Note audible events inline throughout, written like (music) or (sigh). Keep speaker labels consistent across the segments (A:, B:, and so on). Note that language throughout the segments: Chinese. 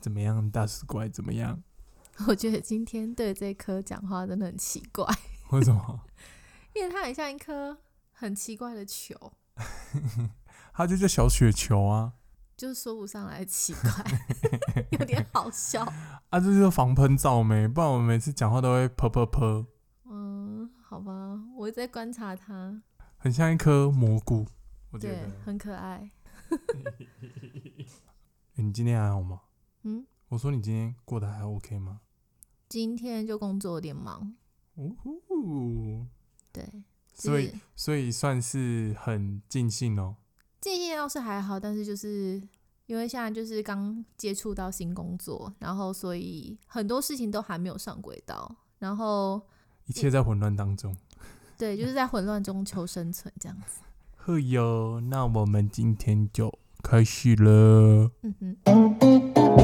A: 怎么样，大使怪怎么样？ (laughs)
B: 我觉得今天对这颗讲话真的很奇怪，
A: 为什么？
B: 因为它很像一颗很奇怪的球，
A: 它就叫小雪球啊，
B: 就是说不上来奇怪， (laughs) 有点好笑。
A: 啊，这就是防喷罩没，不然我每次讲话都会噗噗噗，
B: 嗯，好吧，我一直在观察它，
A: 很像一颗蘑菇。我觉
B: 对
A: 得，
B: 很可爱。
A: 欸你今天还好吗？
B: 嗯，
A: 我说你今天过得还 OK 吗？
B: 今天就工作有点忙，
A: 哦呼，
B: 对，
A: 所以
B: 就是
A: 所以算是很尽兴哦。
B: 这些倒是还好，但是就是因为现在就是刚接触到新工作，然后所以很多事情都还没有上轨道，然后
A: 一切在混乱当中。
B: 对，就是在混乱中求生存这样子。
A: 呵哟，那我们今天就开始了。
B: 嗯哼，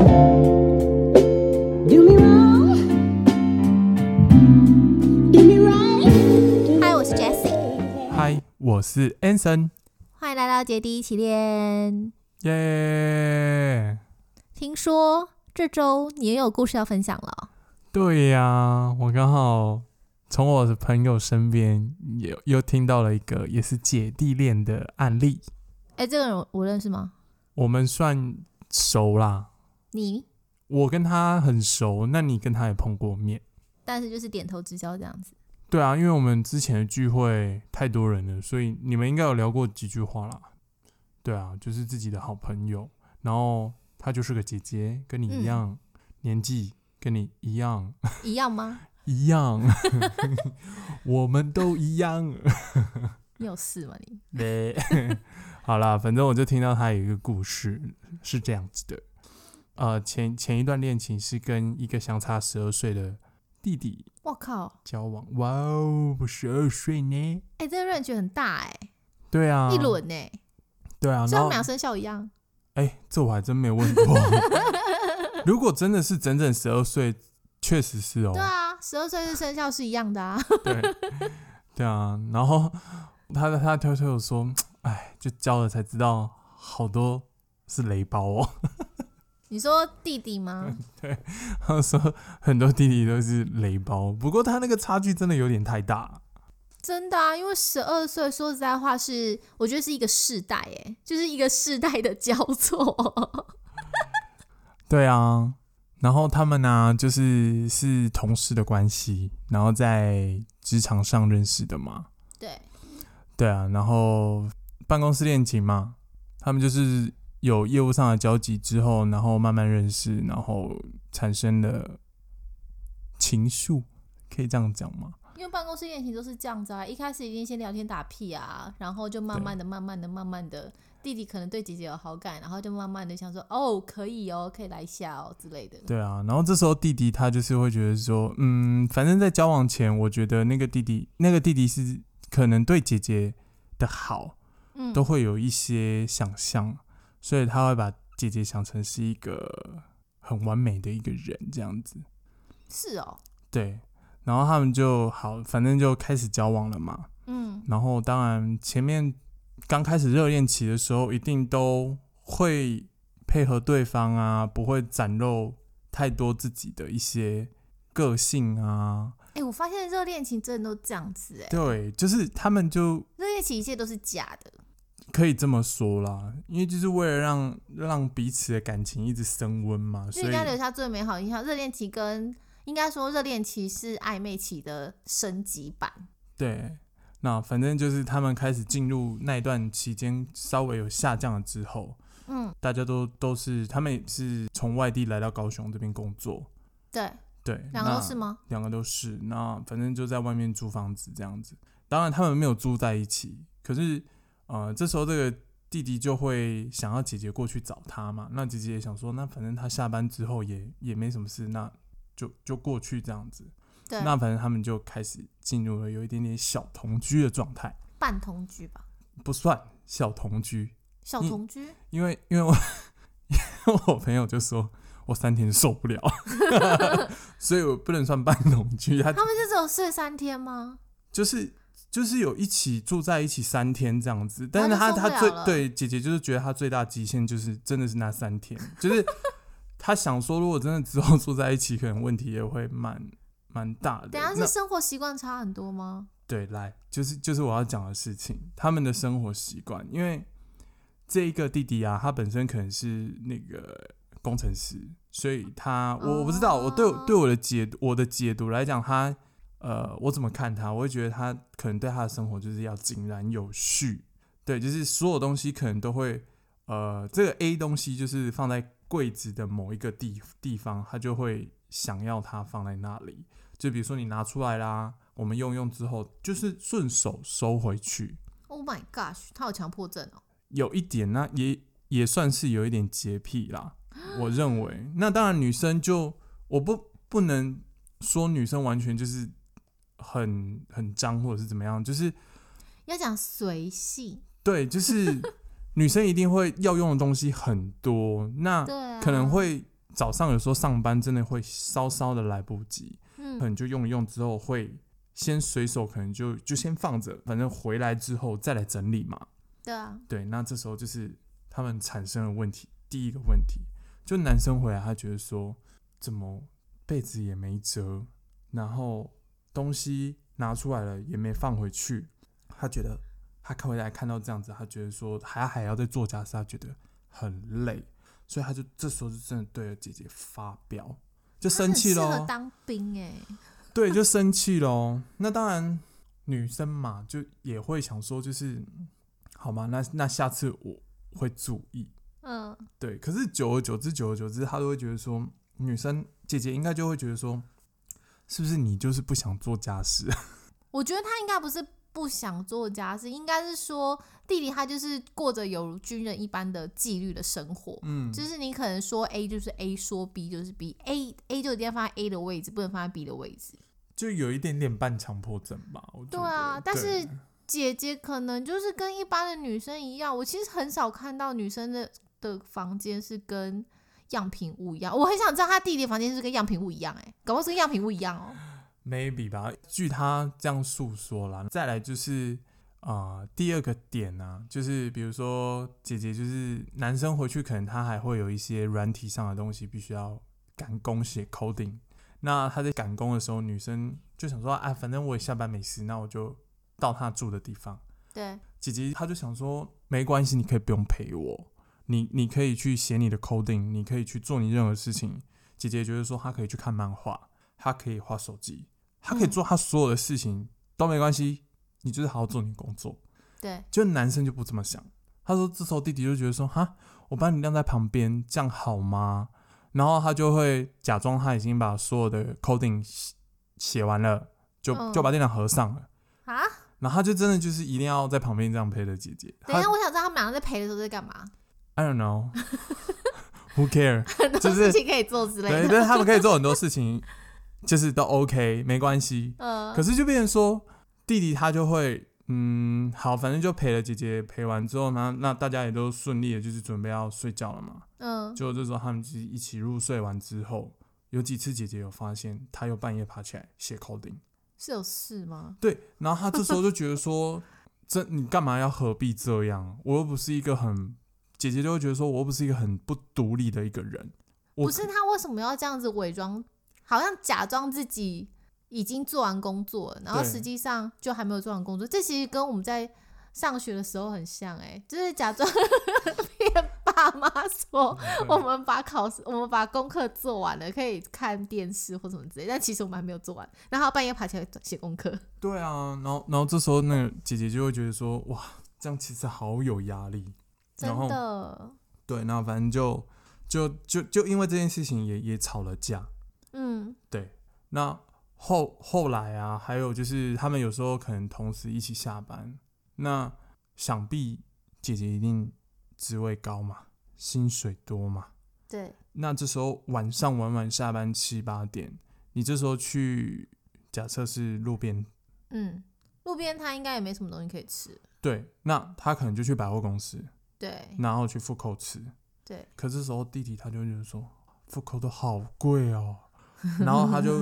C: Do me wrong. Do me right.
B: 嗨，我是 Jessie，
A: 嗨，我是 Anson，
B: 欢迎来到姐弟一起恋。
A: 耶！
B: 听说这周你也有故事要分享了哦，
A: 对呀、我刚好从我的朋友身边有又听到了一个也是姐弟恋的案例，
B: 哎，这个人我我认识吗？
A: 我们算熟啦。
B: 你，
A: 我跟他很熟，那你跟他也碰过面？
B: 但是就是点头之交这样子。
A: 对啊，因为我们之前的聚会太多人了，所以你们应该有聊过几句话啦。对啊，就是自己的好朋友，然后她就是个姐姐，跟你一样，年纪跟你一样，
B: 一样吗？
A: 一样， (laughs) 我们都一样。
B: 你有事吗你？
A: 对， (laughs) 好啦，反正我就听到她有一个故事是这样子的，呃，前前一段恋情是跟一个相差十二岁的弟弟
B: 我靠！
A: 交往，哇哦，十二岁呢？
B: 哎、这个 range 很大哎、
A: 对啊，
B: 一轮哎、
A: 对啊，
B: 所
A: 然
B: 以他
A: 后
B: 们俩生肖一样。
A: 哎、这我还真没问过。 (laughs) 如果真的是整整十二岁，确实是哦
B: 对。啊，十二岁是生肖是一样的 (laughs) 啊。
A: 对对啊，然后他他偷偷有说，哎，就交了才知道，好多是雷包哦。
B: 你说弟弟吗？
A: 他说很多弟弟都是雷包，不过他那个差距真的有点太大。
B: 真的啊，因为十二岁说实在话是，我觉得是一个世代哎，就是一个世代的交错。 (laughs)
A: 对啊，然后他们呢、就是是同事的关系，然后在职场上认识的嘛。
B: 对，
A: 对啊，然后办公室恋情嘛，他们就是有业务上的交集之后，然后慢慢认识，然后产生了情愫，可以这样讲吗？
B: 因为办公室恋情都是这样子啊，一开始一定先聊天打屁啊，然后就慢慢的、慢慢的、慢慢的，弟弟可能对姐姐有好感，然后就慢慢的想说，哦，可以哦，可以来一下哦之类的。
A: 对啊，然后这时候弟弟他就是会觉得说，嗯，反正在交往前，我觉得那个弟弟，那个弟弟是可能对姐姐的好
B: 嗯，
A: 都会有一些想象，所以他会把姐姐想成是一个很完美的一个人这样子。
B: 是哦，
A: 对，然后他们就好，反正就开始交往了嘛。
B: 嗯，
A: 然后当然前面刚开始热恋期的时候，一定都会配合对方啊，不会展露太多自己的一些个性啊。
B: 哎、我发现热恋情真的都这样子哎，
A: 对，就是他们就
B: 热恋期一切都是假的。
A: 可以这么说啦，因为就是为了让让彼此的感情一直升温嘛，
B: 就
A: 所
B: 应
A: 以
B: 该留下最美好的印象。热恋期跟应该说热恋期是暧昧期的升级版。
A: 对。那反正就是他们开始进入那一段期间稍微有下降了之后，
B: 嗯，
A: 大家都都是他们也是从外地来到高雄这边工作，
B: 对，
A: 对，
B: 两个都是？吗？
A: 两个都是。那反正就在外面租房子这样子。当然他们没有住在一起，可是呃，这时候这个弟弟就会想要姐姐过去找他嘛。那姐姐也想说，那反正他下班之后也也没什么事，那就就过去这样子。
B: 对，
A: 那反正他们就开始进入了有一点点小同居的状态，
B: 半同居吧，
A: 不算小同居，
B: 小
A: 嗯
B: 同居。
A: 因为因为我因为我朋友就说我三天受不了， (laughs) 所以我不能算半同居，他
B: 他们就只有睡三天吗？
A: 就是就是有一起住在一起三天这样子，但是
B: 那
A: 他
B: 就受不
A: 他
B: 了
A: 最
B: 了
A: 对姐姐就是觉得他最大极限就是真的是那三天，就是。他想说，如果真的之后住在一起，可能问题也会蛮蛮大的。
B: 等一下
A: 呃那
B: 是生活习惯差很多吗？
A: 对，来，就是就是我要讲的事情，他们的生活习惯，因为这一个弟弟啊，他本身可能是那个工程师，所以他我我不知道，我对
B: 哦
A: 对我的解我的解读来讲，他呃，我怎么看他，我会觉得他可能对他的生活就是要井然有序，对，就是所有东西可能都会呃，这个 A 东西就是放在柜子的某一个地地方，他就会想要它放在那里。就比如说你拿出来啦，我们用用之后，就是顺手收回去，
B: Oh my gosh，他有强迫症哦。
A: 有一点那也也算是有一点洁癖啦，我认为。那当然女生就我不不能说女生完全就是很很脏或者是怎么样，就是
B: 要讲随性，
A: 对，
B: (laughs)
A: 就是女生一定会要用的东西很多，那
B: 对啊
A: 可能会早上有时候上班真的会稍稍的来不及，可
B: 嗯，
A: 能就用一用之后会先随手，可能就就先放着，反正回来之后再来整理嘛。
B: 对啊，
A: 对，那这时候就是他们产生了问题。第一个问题，就男生回来他觉得说，怎么被子也没折，然后东西拿出来了也没放回去，他觉得他看回来看到这样子，他觉得说还还要再做家事，他觉得很累，所以他就这时候就真的对着姐姐发飙，就
B: 他
A: 生气
B: 啊很适合
A: 喽。
B: 当兵哎、
A: (laughs) 对，就生气喽。那当然，女生嘛，就也会想说，就是好吗？那那下次我会注意。
B: 嗯，
A: 对，可是久而久之，久而久之，她都会觉得说，女生姐姐应该就会觉得说，是不是你就是不想做家事？
B: 我觉得他应该不是不想做家事，应该是说弟弟他就是过着有如军人一般的纪律的生活。
A: 嗯，
B: 就是你可能说 A 就是 A，说 B 就是 B，A A 就一定要放在 A 的位置，不能放在 B 的位置。
A: 就有一点点半强迫症吧。我觉
B: 对啊
A: 得
B: 但是
A: 对
B: 姐姐可能就是跟一般的女生一样，我其实很少看到女生的的房间是跟样品屋一样。我很想知道她弟弟的房间是不是跟样品屋一样、欸，哎，搞不好是跟样品屋一样哦、
A: maybe 吧，据他这样诉说啦。再来就是啊、呃第二个点啊，就是比如说姐姐就是男生回去可能他还会有一些软体上的东西必须要赶工写 coding，那他在赶工的时候，女生就想说啊，反正我也下班没事，那我就到他住的地方。
B: 对，
A: 姐姐她就想说，没关系，你可以不用陪我，你你可以去写你的 coding，你可以去做你任何事情。姐姐觉得说，她可以去看漫画，她可以划手机，她可以
B: 嗯
A: 做她所有的事情、都没关系，你就是好好做你的工作。
B: 对，
A: 就男生就不这么想，他说这时候弟弟就觉得说，哈，我把你晾在旁边，这样好吗？然后他就会假装他已经把所有的 coding 写写完了，就、
B: 嗯
A: 就把电脑合上了。
B: 啊，
A: 然后他就真的就是一定要在旁边这样陪着姐姐。
B: 等一
A: 他
B: 下，我想知道他们两个在陪的时候在干嘛，
A: I don't know. Who care？
B: (laughs) 很多
A: 就是
B: 事情可以做之类
A: 对，
B: 的。
A: 但是他们可以做很多事情，就是都 OK，没关系。
B: (laughs) 嗯，
A: 可是就变成说，弟弟他就会，嗯，好，反正就陪了姐姐，陪完之后呢，那大家也都顺利的，就是准备要睡觉了嘛。
B: 嗯，
A: 就这时候他们就是一起入睡完之后，有几次姐姐有发现，她又半夜爬起来写 coding，
B: 是有事吗？
A: 对，然后她这时候就觉得说，这你干嘛要何必这样？我又不是一个很，姐姐就会觉得说我又不是一个很不独立的一个人。我
B: 不是他为什么要这样子伪装，好像假装自己已经做完工作了，然后
A: 对
B: 实际上就还没有做完工作。这其实跟我们在上学的时候很像、欸，就是假装 (laughs) 骗爸妈说。
A: 对
B: 我们把考试，我们把功课做完了，可以看电视或什么之类，但其实我们还没有做完。然后他半夜爬起来写功课，
A: 对啊，然后然后这时候那个姐姐就会觉得说，哇，这样其实好有压力。
B: 真
A: 然后
B: 的，
A: 对，那反正就就就就因为这件事情也也吵了架。
B: 嗯，
A: 对，那后后来啊，还有就是他们有时候可能同时一起下班，那想必姐姐一定职位高嘛，薪水多嘛。
B: 对，
A: 那这时候晚上晚晚下班七八点，你这时候去，假设是路边
B: 嗯，路边摊应该也没什么东西可以吃。
A: 对，那他可能就去百货公司，
B: 对
A: 然后去复扣吃。
B: 嗯对，
A: 可这时候弟弟他就会觉得说，复扣都好贵哦，然后他就，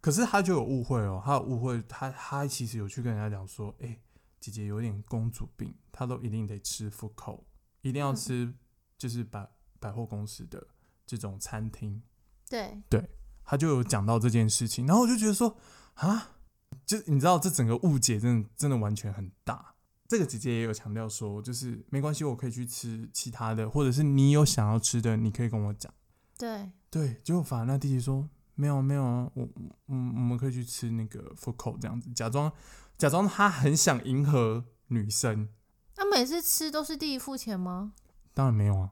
A: 可是他就有误会哦，他有误会，他他其实有去跟人家讲说，哎、姐姐有点公主病，她都一定得吃复扣，一定要吃就是百百货公司的，这种餐厅，
B: (laughs) 对，
A: 他就有讲到这件事情，然后我就觉得说啊，就你知道这整个误解真的真的完全很大。这个姐姐也有强调说，就是没关系，我可以去吃其他的，或者是你有想要吃的，你可以跟我讲。
B: 对，
A: 对，结果反而那弟弟说没有没有啊，我嗯我们可以去吃那个 food court 这样子，假装假装他很想迎合女生，
B: 那每次吃都是弟弟付钱吗？
A: 当然没有啊，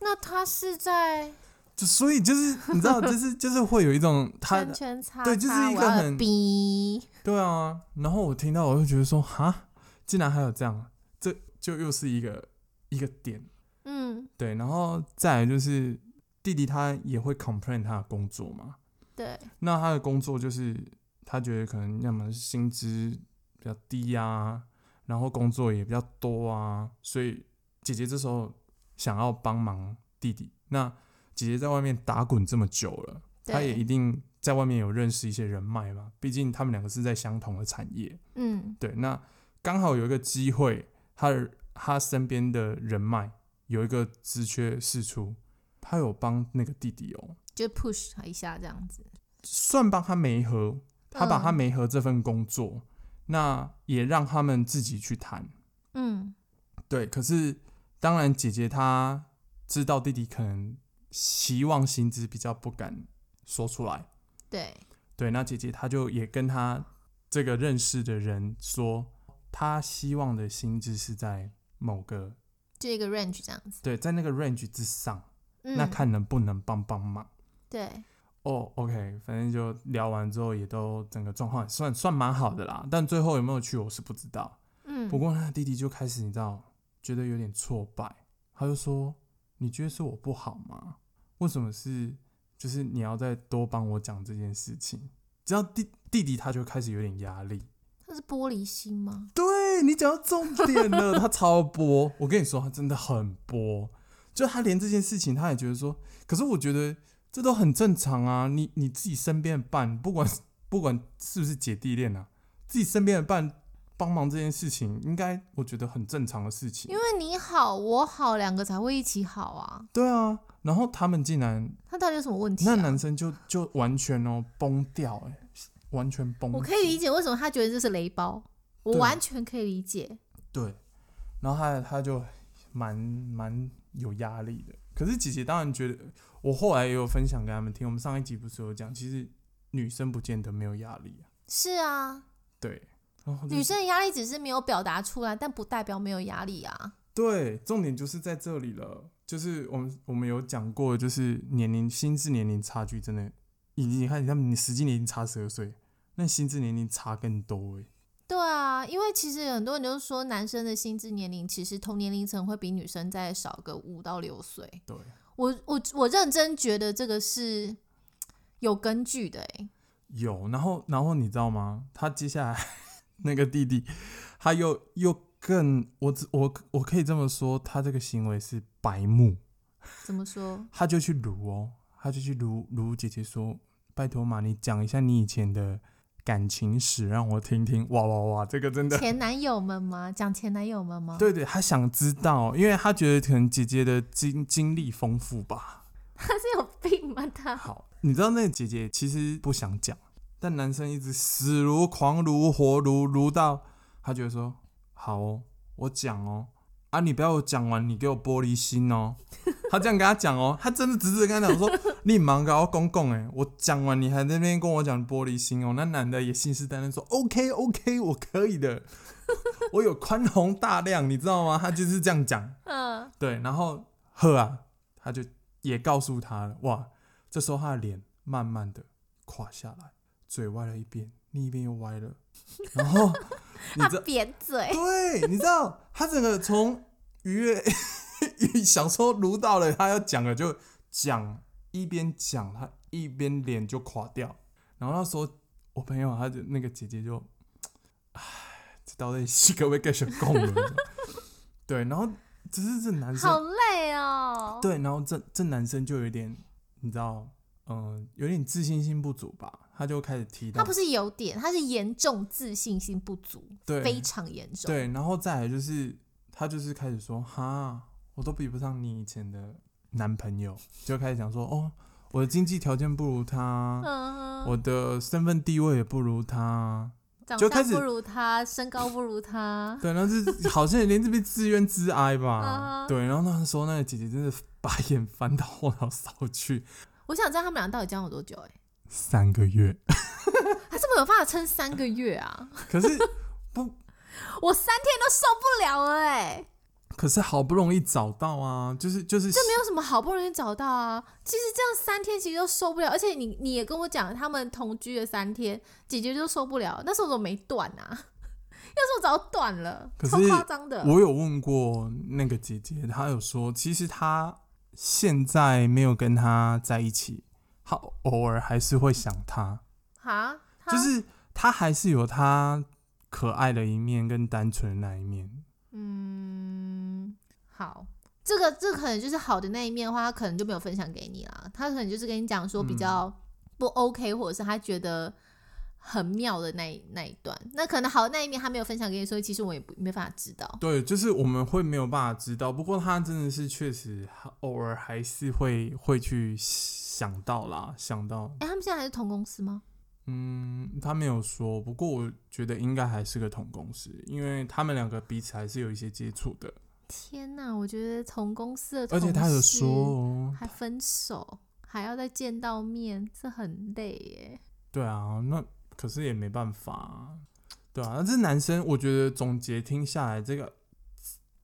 B: 那他是在
A: 就所以就是你知道，就是就是会有一种他
B: 圈圈叉叉，
A: 对就是一个
B: 我要
A: 很
B: 逼，
A: 对啊，然后我听到我就觉得说，哈，竟然还有这样，这就又是一个一个点。
B: 嗯，
A: 对，然后再来就是弟弟他也会 complain 他的工作嘛，
B: 对，
A: 那他的工作就是他觉得可能要么是薪资比较低啊，然后工作也比较多啊，所以姐姐这时候想要帮忙弟弟，那姐姐在外面打滚这么久了，她也一
B: 对，
A: 定在外面有认识一些人脉嘛，毕竟他们两个是在相同的产业。
B: 嗯，
A: 对，那刚好有一个机会，他的他身边的人脉有一个职缺释出，他有帮那个弟弟哦，
B: 就 push 他一下这样子，
A: 算帮他媒合，他把他
B: 嗯
A: 媒合这份工作，那也让他们自己去谈。
B: 嗯，
A: 对，可是当然姐姐她知道弟弟可能希望薪资比较不敢说出来，
B: 对，
A: 对，那姐姐她就也跟她这个认识的人说，她希望的薪资是在某个
B: 就一个 range 这样子，
A: 对，在那个 range 之上，
B: 嗯，
A: 那看能不能帮帮忙。
B: 对，
A: 哦、o k 反正就聊完之后，也都整个状况也算算蛮好的啦。但最后有没有去，我是不知道。
B: 嗯，
A: 不过他弟弟就开始，你知道，觉得有点挫败，他就说：“你觉得是我不好吗？为什么是就是你要再多帮我讲这件事情？”只要弟弟弟他就开始有点压力，
B: 他是玻璃心吗？
A: 对你讲到重点了，他超播。我跟你说，他真的很播，就他连这件事情他也觉得说，可是我觉得这都很正常啊。你你自己身边的伴，不管不管是不是姐弟恋啊，自己身边的伴帮忙这件事情，应该我觉得很正常的事情
B: 因。为你好，我好，两个才会一起好啊。
A: 对啊，然后他们竟然
B: 他到底有什么问题、啊？
A: 那男生就就完全哦崩掉、欸，完全崩。
B: 我可以理解为什么他觉得这是雷包，
A: 嗯
B: 我
A: 对啊
B: 完全可以理解。
A: 对，然后他他就蛮蛮有压力的。可是姐姐当然觉得，我后来也有分享给他们听。我们上一集不是有讲，其实女生不见得没有压力啊。
B: 是啊，
A: 对，然后就
B: 女生的压力只是没有表达出来，但不代表没有压力啊。
A: 对，重点就是在这里了。就是我们我们有讲过，就是年龄心智年龄差距真的，已经你看他们你实际年龄差十二岁，那心智年龄差更多哎、
B: 对啊，因为其实很多人就说，男生的心智年龄其实同年龄层会比女生再少个五到六岁。
A: 对，
B: 我我我认真觉得这个是有根据的、欸，
A: 有，然后然后你知道吗？他接下来 (laughs) 那个弟弟，他又又更我只我我可以这么说，他这个行为是白目，
B: 怎么说？
A: (laughs) 他就去撸哦，他就去撸撸姐姐说，拜托嘛，你讲一下你以前的感情史让我听听。哇哇哇，这个真的，
B: 前男友们吗？讲前男友们吗？，
A: 对对，他想知道，因为他觉得可能姐姐的经经历丰富吧。
B: (laughs) 他是有病吗？ (laughs) 他
A: 好，你知道那个姐姐其实不想讲，但男生一直死如狂如活如如到，他觉得说好哦，我讲哦，啊你不要我讲完，你给我玻璃心哦。 (laughs) 他这样跟他讲哦，他真的直直地跟他讲说，你忙搞公公哎，我讲完你还在那边跟我讲玻璃心哦。那男的也信誓旦旦说 OK OK，我可以的， (laughs) 我有宽宏大量，你知道吗？他就是这样讲。
B: 嗯，
A: 对，然后喝啊，他就也告诉他了，哇，这时候他的脸慢慢的垮下来，嘴歪了一边，另一边又歪了，然后你
B: 他
A: 知道，
B: 扁嘴，
A: 对，你知道他整个从愉悦 (laughs) 享受撸到了他要讲的就讲，一边讲他一边脸就垮掉，然后那时候我朋友他就那个姐姐就，唉，这到底是个为个什么共鸣？ (laughs) 对，然后只是这男生
B: 好累哦。
A: 对，然后这这男生就有点，你知道，嗯、有点自信心不足吧，他就开始提到，
B: 他不是有点，他是严重自信心不足，
A: 对
B: 非常严重。
A: 对，然后再来就是他就是开始说，哈，我都比不上你以前的男朋友，就开始讲说哦，我的经济条件不如他，
B: 嗯，
A: 我的身份地位也不如他，
B: 长
A: 就开
B: 相
A: 始
B: 不如他，身高不如他，
A: (laughs) 对，然后是好像有点这边自怨自哀吧
B: 啊，
A: 对，然后那时候那个姐姐真的 (laughs) 把眼翻到后脑勺去，
B: 我想知道他们俩到底交往多久、欸？哎，
A: 三个月，
B: 他怎么有办法撑三个月啊？
A: 可是不，
B: (laughs) 我三天都受不了了、欸，哎，
A: 可是好不容易找到啊，就是就是
B: 这没有什么好不容易找到啊。其实这样三天其实都受不了，而且你你也跟我讲，他们同居了三天，姐姐就受不了。那时候我怎么没断啊？要 (laughs) 是我早断了，
A: 可是
B: 超夸张的。
A: 我有问过那个姐姐，她有说，其实她现在没有跟他在一起，她偶尔还是会想他，
B: 哈，他
A: 就是她还是有她可爱的一面跟单纯的那一面。
B: 嗯，好，这个这可能就是好的那一面的话，他可能就没有分享给你啦。他可能就是跟你讲说比较
A: 嗯
B: 不 OK，、或者是他觉得很妙的那一那一段。那可能好的那一面他没有分享给你，所以其实我也不没办法知道。
A: 对，就是我们会没有办法知道，不过她真的是确实偶尔还是会会去想到啦，想到，
B: 哎、他们现在还是同公司吗？
A: 嗯，她没有说，不过我觉得应该还是个同公司，因为他们两个彼此还是有一些接触的。
B: 天哪，我觉得同公司的同
A: 而
B: 事，
A: 且他有说哦，
B: 还分手，还要再见到面，这很累耶。
A: 对啊，那可是也没办法啊、对啊。那这男生，我觉得总结听下来，这个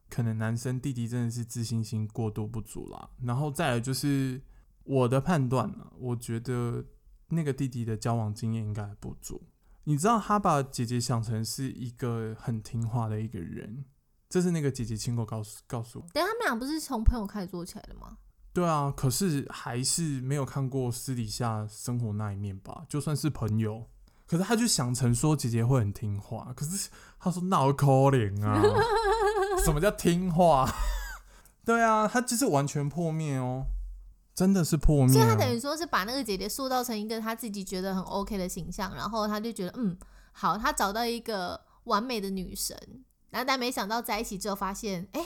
A: 可能男生弟弟真的是自信心过度不足啦。然后再来就是我的判断呢、我觉得那个弟弟的交往经验应该还不足。你知道他把姐姐想成是一个很听话的一个人，这是那个姐姐亲口告诉告诉我。
B: 等一下他们俩不是从朋友开始做起来的吗？
A: 对啊，可是还是没有看过私底下生活那一面吧？就算是朋友，可是他就想成说姐姐会很听话，可是他说闹可怜啊， (laughs) 什么叫听话？ (laughs) 对啊，他就是完全破灭哦，真的是破灭、
B: 所以
A: 啊。
B: 他等于说是把那个姐姐塑造成一个他自己觉得很 OK 的形象，然后他就觉得嗯，好，他找到一个完美的女神，然后但没想到在一起之后发现，哎、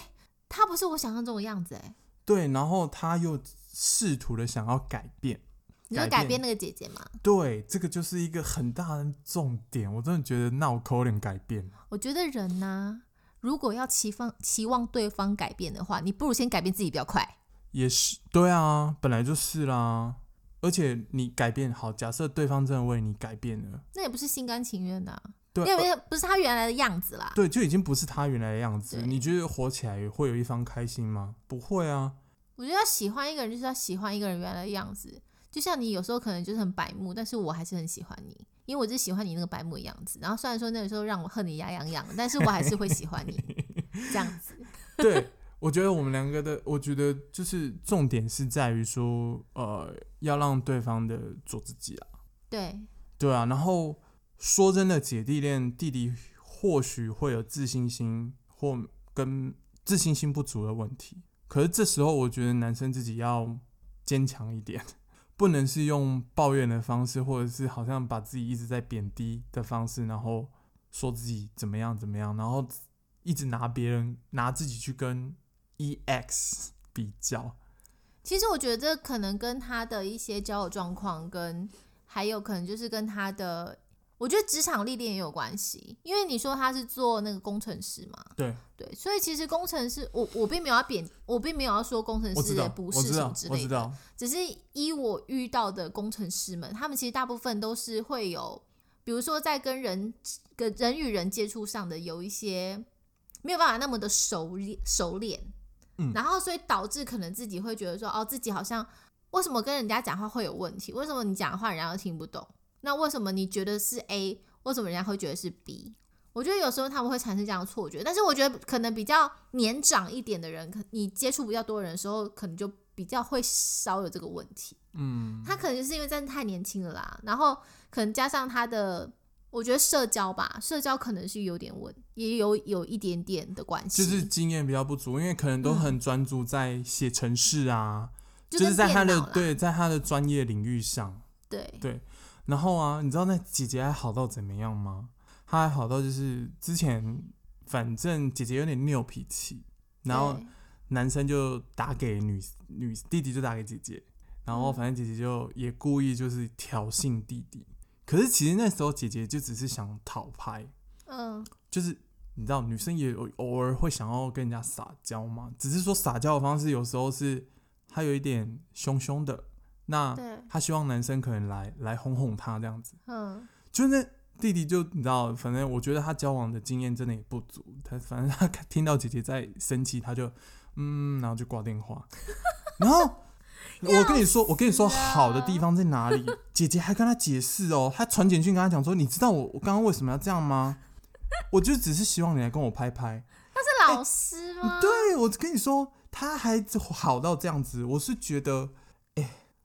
B: 她不是我想象中的样子、哎，
A: 对，然后他又试图的想要改变，
B: 你就
A: 改
B: 改
A: 变
B: 变那个姐姐嘛？
A: 对，这个就是一个很大的重点。我真的觉得闹可怜改变，啊
B: 我觉得人呐、如果要期望期望对方改变的话，你不如先改变自己比较快。
A: 也是对啊，本来就是啦。而且你改变好，假设对方真的为你改变了，
B: 那也不是心甘情愿的啊、
A: 对
B: 因
A: 呃
B: 为不是他原来的样子啦。
A: 对，就已经不是他原来的样子。
B: 对
A: 你觉得活起来会有一方开心吗？不会啊，
B: 我觉得要喜欢一个人，就是要喜欢一个人原来的样子。就像你有时候可能就是很白目，但是我还是很喜欢你，因为我就喜欢你那个白目的样子。然后虽然说那个时候让我恨得牙痒痒，但是我还是会喜欢
A: (laughs)
B: 你这样子。
A: 对，我觉得我们两个的，我觉得就是重点是在于说，呃，要让对方的做自己啊。
B: 对，
A: 对啊，然后说真的，姐弟恋弟弟或许会有自信心或跟自信心不足的问题，可是这时候我觉得男生自己要坚强一点， (laughs) 不能是用抱怨的方式，或者是好像把自己一直在贬低的方式，然后说自己怎么样怎么样，然后一直拿别人拿自己去跟 EX 比较。
B: 其实我觉得这可能跟他的一些交友状况跟还有可能就是跟他的，我觉得职场历练也有关系。因为你说他是做那个工程师嘛，
A: 对，
B: 对，所以其实工程师，我我并没有要贬，我并没有要说工程
A: 我知
B: 师也
A: 道，
B: 不
A: 我
B: 是
A: 知
B: 什么
A: 道
B: 之，
A: 我
B: 类
A: 知
B: 的。
A: 道，
B: 只是依我遇到的工程师们，他们其实大部分都是会有，比如说在跟人跟人与人接触上的有一些没有办法那么的熟练熟练，
A: 嗯
B: 然后所以导致可能自己会觉得说，哦，自己好像为什么跟人家讲话会有问题？为什么你讲话人家都听不懂？那为什么你觉得是 A，为什么人家会觉得是 B？我觉得有时候他们会产生这样的错觉，但是我觉得可能比较年长一点的人，可你接触比较多的人的时候，可能就比较会少有这个问题。
A: 嗯，
B: 他可能就是因为真的太年轻了啦，然后可能加上他的，我觉得社交吧，社交可能是有点问，也有有一点点的关系，
A: 就是经验比较不足，因为可能都很专注在写程式啊，
B: 嗯就
A: 就是
B: 跟
A: 在他
B: 电
A: 的
B: 脑啦
A: 对，在他的专业领域上。
B: 对
A: 对然后啊，你知道那姐姐还好到怎么样吗？她还好到就是之前，反正姐姐有点拗脾气，然后
B: 对
A: 男生就打给女女弟弟就打给姐姐，然
B: 嗯
A: 后反正姐姐就也故意就是挑衅弟弟，可是其实那时候姐姐就只是想讨拍，
B: 嗯，
A: 就是你知道，女生也有偶尔会想要跟人家撒娇嘛，只是说撒娇的方式有时候是她有一点凶凶的，那
B: 对，
A: 她希望男生可能来来哄哄她这样子。
B: 嗯，
A: 就那弟弟就你知道，反正我觉得他交往的经验真的也不足，他反正他听到姐姐在生气，他就嗯，然后就挂电话。然后我跟你说，我跟你说好的地方在哪里？姐姐还跟他解释哦，她传简讯跟他讲说，你知道我我刚刚为什么要这样吗？我就只是希望你来跟我拍拍。
B: 他是老师吗？
A: 对，我跟哎你说，他还好到这样子，我是觉得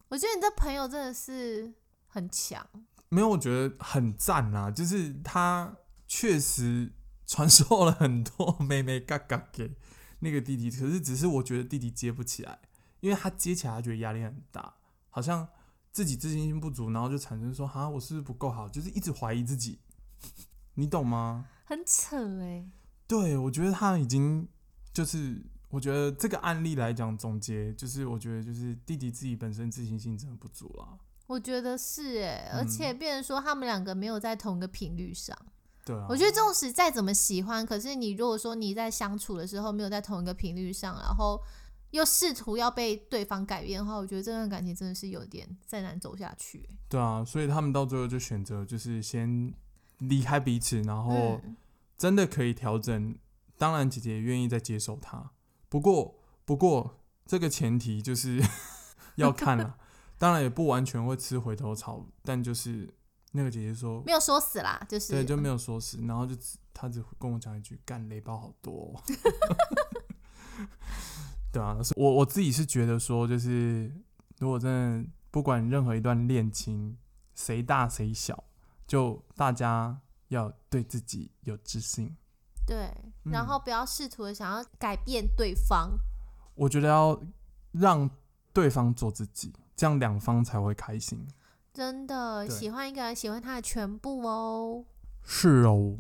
B: 我觉得你这朋友真的是很强，
A: 没有，我觉得很赞啦、就是他确实传授了很多 (laughs) 妹妹嘎嘎给那个弟弟，可是只是我觉得弟弟接不起来，因为他接起来他觉得压力很大，好像自己自信心不足，然后就产生说哈，我是不是不够好，就是一直怀疑自己，你懂吗？
B: 很扯哎、
A: 对，我觉得他已经就是，我觉得这个案例来讲总结，就是我觉得就是弟弟自己本身自信心真的不足啦，
B: 我觉得是哎、而
A: 嗯
B: 且变成说他们两个没有在同一个频率上。
A: 对啊，
B: 我觉得纵使再怎么喜欢，可是你如果说你在相处的时候没有在同一个频率上，然后又试图要被对方改变的话，我觉得这段感情真的是有点再难走下去。欸
A: 对啊，所以他们到最后就选择就是先离开彼此，然后
B: 嗯，
A: 真的可以调整。当然，姐姐也愿意再接受他，不过不过这个前提就是 (laughs) 要看了，当然也不完全会吃回头草，但就是那个姐姐说，
B: 没有说死啦，就是
A: 对，就没有说死，然后就只她只跟我讲一句，干雷包好多、哦。 (laughs) 对啊，所以我我自己是觉得说，就是如果真的不管任何一段恋情，谁大谁小，就大家要对自己有自信。
B: 对，然
A: 嗯
B: 后不要试图地想要改变对方。
A: 我觉得要让对方做自己，这样两方才会开心。
B: 真的
A: 对
B: 喜欢一个人，喜欢他的全部哦。
A: 是哦，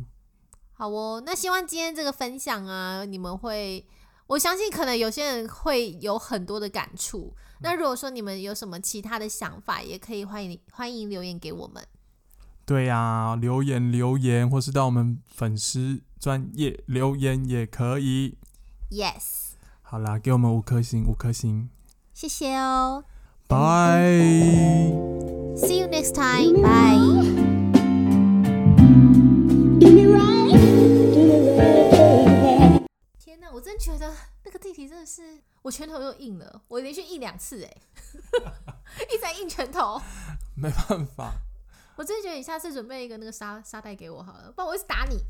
B: 好哦，那希望今天这个分享啊，你们会，我相信可能有些人会有很多的感触。那如果说你们有什么其他的想法，也可以欢迎欢迎留言给我们。
A: 对呀、留言留言，或是到我们粉丝专业留言也可以。
B: Yes，
A: 好啦，给我们五颗星，五颗星，
B: 谢谢哦。
A: 拜。
B: See you next time. Bye.
C: Do me right, do me right, baby.
B: 天哪，我真觉得那个弟弟真的是，我拳头又硬了，我连续硬两次哎， (laughs) 一直在硬拳头。
A: 没办法，
B: 我真的觉得你下次准备一个那个沙沙袋给我好了，不然我一直打你。